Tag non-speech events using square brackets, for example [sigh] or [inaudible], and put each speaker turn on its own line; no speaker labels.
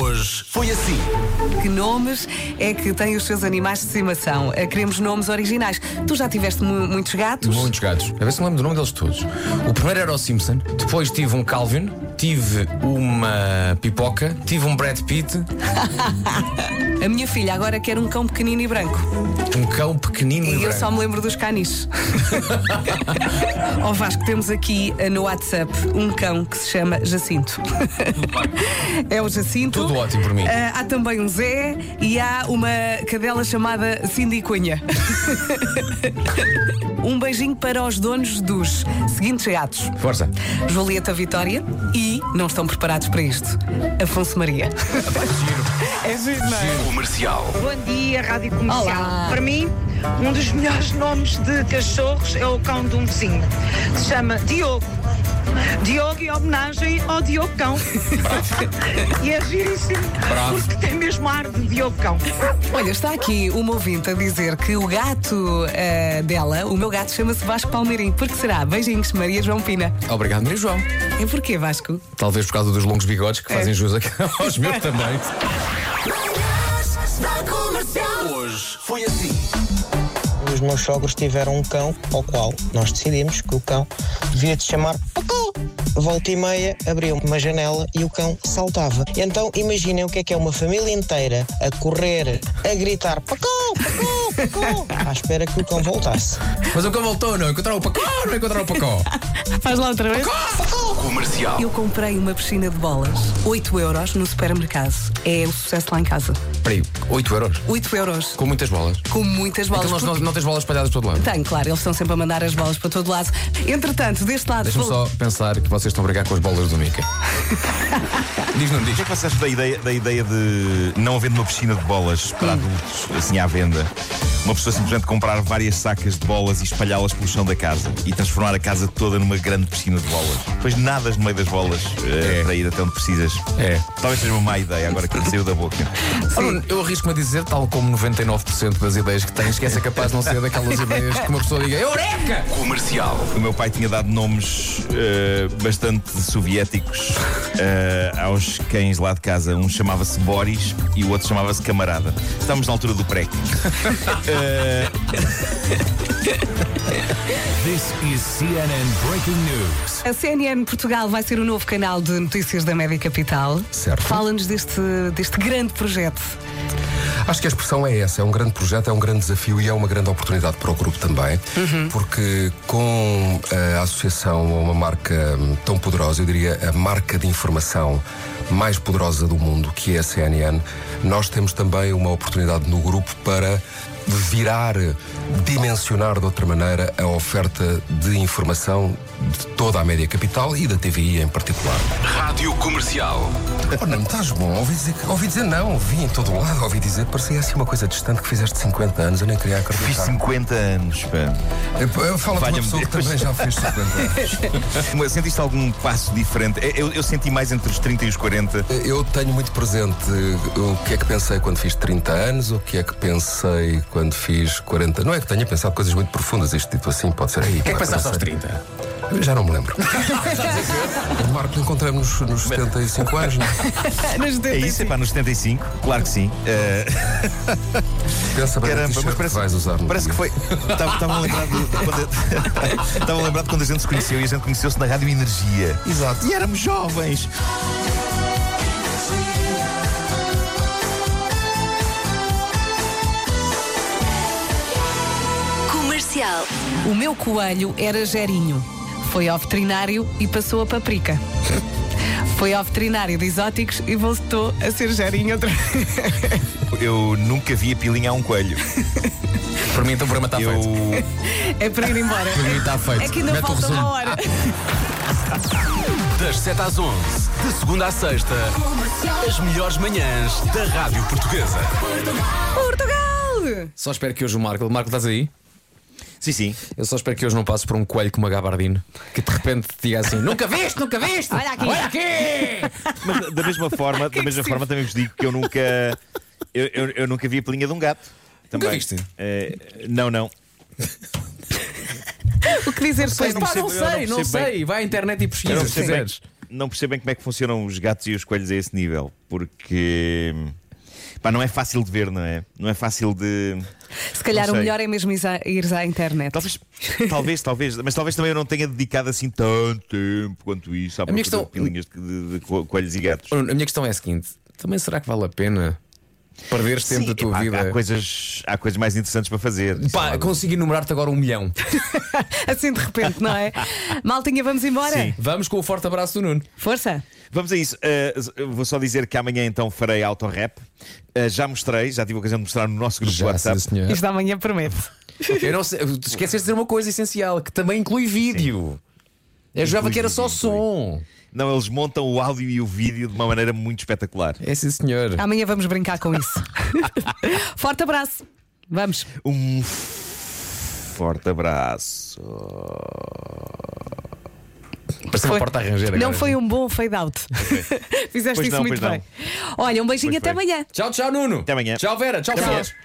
Hoje foi assim.
Que nomes é que têm os seus animais de estimação? Eh, Queremos nomes originais. Tu já tiveste mu- muitos gatos?
Muitos gatos. A ver se me lembro do nome deles todos. O primeiro era o Simpson, depois tive um Calvin, tive uma pipoca, tive um Brad Pitt,
A minha filha agora quer um cão pequenino e branco.
um cão pequenino e,
E eu
branco.
só me lembro dos
[laughs]
caniches. Ó Vasco, temos aqui eh, no WhatsApp um cão que se chama Jacinto. [laughs] é o Jacinto.
Tudo ótimo por mim.
Ah, há também um Zé e há uma cadela chamada Cindy Cunha. [laughs] um beijinho para os donos dos seguintes gatos.
Força.
Julieta Vitória e, não estão preparados para isto, Afonso Maria. é giro, não é?
Comercial.
Bom dia, Rádio Comercial.
Olá.
Para mim, um dos melhores nomes de cachorros é o cão de um vizinho. Se chama Diogo. Diogo em homenagem ao Diogo Cão. e é giríssimo,
Bravo.
porque tem mesmo ar de Diogo Cão.
Olha, está aqui uma ouvinte a dizer que o gato ah, dela, o meu gato, chama-se Vasco Palmeirim. Por que será? Beijinhos, Maria João Pina.
Obrigado, Maria João.
É porquê, Vasco?
Talvez por causa dos longos bigodes que fazem jus aqui aos meus também.
Hoje foi assim.
Os meus sogros tiveram um cão, ao qual nós decidimos que o cão devia se chamar Pacó. Volta e meia abriam uma janela e o cão saltava. Então imaginem o que é que é uma família inteira a correr, a gritar Pacó, Pacó, Pacó, [laughs] à espera que o cão voltasse.
Mas o cão voltou, não? Encontraram o Pacó, não encontraram o Pacó.
Faz lá outra vez.
Comercial.
Eu comprei uma piscina de bolas, 8 euros, no supermercado. É um sucesso lá em casa.
Peraí, 8 euros.
8 euros,
Com muitas bolas.
com muitas bolas. Tá.
Então nós,
porque-
não, não tens bolas espalhadas por todo lado.
Tenho, claro, eles estão sempre a mandar as bolas para todo lado. Entretanto, deste lado.
Deixa-me
vou-
só pensar que vocês estão a brigar com as bolas do Mica. diz, não diz.
O que é que vocês acham da ideia, da ideia de não havendo uma piscina de bolas para adultos, assim à venda? Uma pessoa simplesmente comprar várias sacas de bolas e espalhá-las pelo chão da casa e transformar a casa toda numa grande piscina de bolas. Depois nadas no meio das bolas eh, para ir até onde precisas.
É.
Talvez seja uma má ideia agora que me saiu da boca.
Ah, Bruno, eu arrisco-me a dizer, tal como 99% das ideias que tens, que essa é capaz de não ser daquelas ideias que uma pessoa diga Eureka!
Comercial.
O meu pai tinha dado nomes eh, bastante soviéticos eh, aos cães lá de casa. Um chamava-se Boris e o outro chamava-se Camarada. Estamos na altura do pré.
This is CNN Breaking News.
A CNN Portugal vai ser o novo canal de notícias da Média Capital.
Certo.
Fala-nos deste, deste grande projeto.
Acho que a expressão é essa, é um grande projeto, é um grande desafio e é uma grande oportunidade para o grupo também, porque com eh, a associação a uma marca hum, tão poderosa, eu diria a marca de informação mais poderosa do mundo, que é a CNN, nós temos também uma oportunidade no grupo para virar, dimensionar de outra maneira a oferta de informação de toda a média capital e da TVI em particular.
Rádio Comercial.
Oh, não, estás bom. Ouvi dizer, que- ouvi dizer não. Ouvi em todo lado. Ouvi dizer que parecia assim uma coisa distante que fizeste 50 anos. Eu nem queria
Fiz
acreditar.
50 anos, pá.
Eu- eu Fala de uma
Valha-me
pessoa que
Deus.
também já fez 50
[laughs]
anos.
Mas Sentiste algum passo diferente? É, Eu, eu senti mais entre os 30 e os 40.
Eu tenho muito presente o que é que pensei quando fiz 30 anos, o que é que pensei quando fiz 40. Não é que tenha pensado coisas muito profundas, isto dito assim, pode ser aí. O
O que é que pensaste aos 30?
Já não me
[laughs]
lembro. Marco, encontramos-nos nos 75 anos, não é?
É isso? É pá, nos 75? Claro que sim. Eh,
Pensa bem no
caramba, mas
t-shirt que
parece,
vais usar no
parece
dia.
que foi. Estava lembrado, [laughs] de quando- [laughs] estava lembrado de quando a gente se conheceu e a gente conheceu-se na Rádio Energia.
Exato.
E éramos jovens.
Comercial.
O meu coelho era gerinho. Foi ao veterinário e passou a paprika. Foi ao veterinário de exóticos e voltou a ser gerinho outra vez.
Eu nunca vi a pilinha a um coelho.
Para mim, então o programa
Tá
está feito.
Eu.
É para ir embora.
Para mim está feito.
É que ainda
Mete o
falta
resumo.
uma hora.
Das 7 às 11. De segunda à sexta. As melhores manhãs da Rádio Portuguesa.
Portugal!
Só espero que hoje o Marco. Marco, estás aí?
Sim, sim.
Eu só espero que hoje não passe por um coelho com uma gabardina que de repente te diga assim: Nunca viste, nunca viste!
Olha aqui.
Olha aqui!
Mas da- da mesma [laughs] forma, da mesma forma também vos digo que eu nunca. Eu, eu, eu nunca vi a pelinha de um gato. Também.
viste?
Eh, não, não.
O que dizer depois?
não
Pá, não
percebo- eu não
sei, não
percebo bem.
sei. Vai à internet e
Eu
pesquisa
não
se
percebo, bem,
quiseres.
não percebo bem como é que funcionam os gatos e os coelhos a esse nível. porque pá, não é fácil de ver, não é? Não é fácil de.
Se calhar
Não
o
sei. Tá-
melhor é mesmo ires à- ires à internet.
Talvez, talvez, talvez, mas talvez também eu não tenha dedicado assim tanto tempo quanto isso à
minha
procura de
questão-
pilinhas de, de- de co- coelhos e gatos.
Bruno, a minha questão é a seguinte: também será que vale a pena perderes tempo da tua
há,
vida?
Há coisas, há coisas mais interessantes para fazer.
Pá, consigo enumerar-te agora um milhão.
Assim de repente, não
[laughs]
é? Maltinha, vamos embora?
Sim.
Vamos com o forte abraço do Nuno.
Força!
Vamos a isso. Uh, vou só dizer que amanhã então farei autorrap. Uh, já mostrei, já tive a ocasião de mostrar no nosso grupo de WhatsApp.
sim, senhor.
Isto da manhã promete.
Eu não sei, tu esqueceste de dizer uma coisa essencial que também inclui vídeo. Eu jogava que era só
vídeo,
som.
Não, eles montam o áudio e o vídeo de uma maneira muito espetacular.
É sim, senhor.
Amanhã vamos brincar com isso. Forte abraço! Vamos!
Um forte abraço.
Parece uma
Foi-
porta a ranger agora.
Não foi um bom fade-out. [laughs] Fizeste
Pois
isso
não,
muito
pois
bem. Olha, um beijinho
Pois
até
foi.
amanhã.
Tchau, tchau, Nuno.
Até amanhã.
Tchau, Vera. Tchau,
Até
Filipe.
amanhã.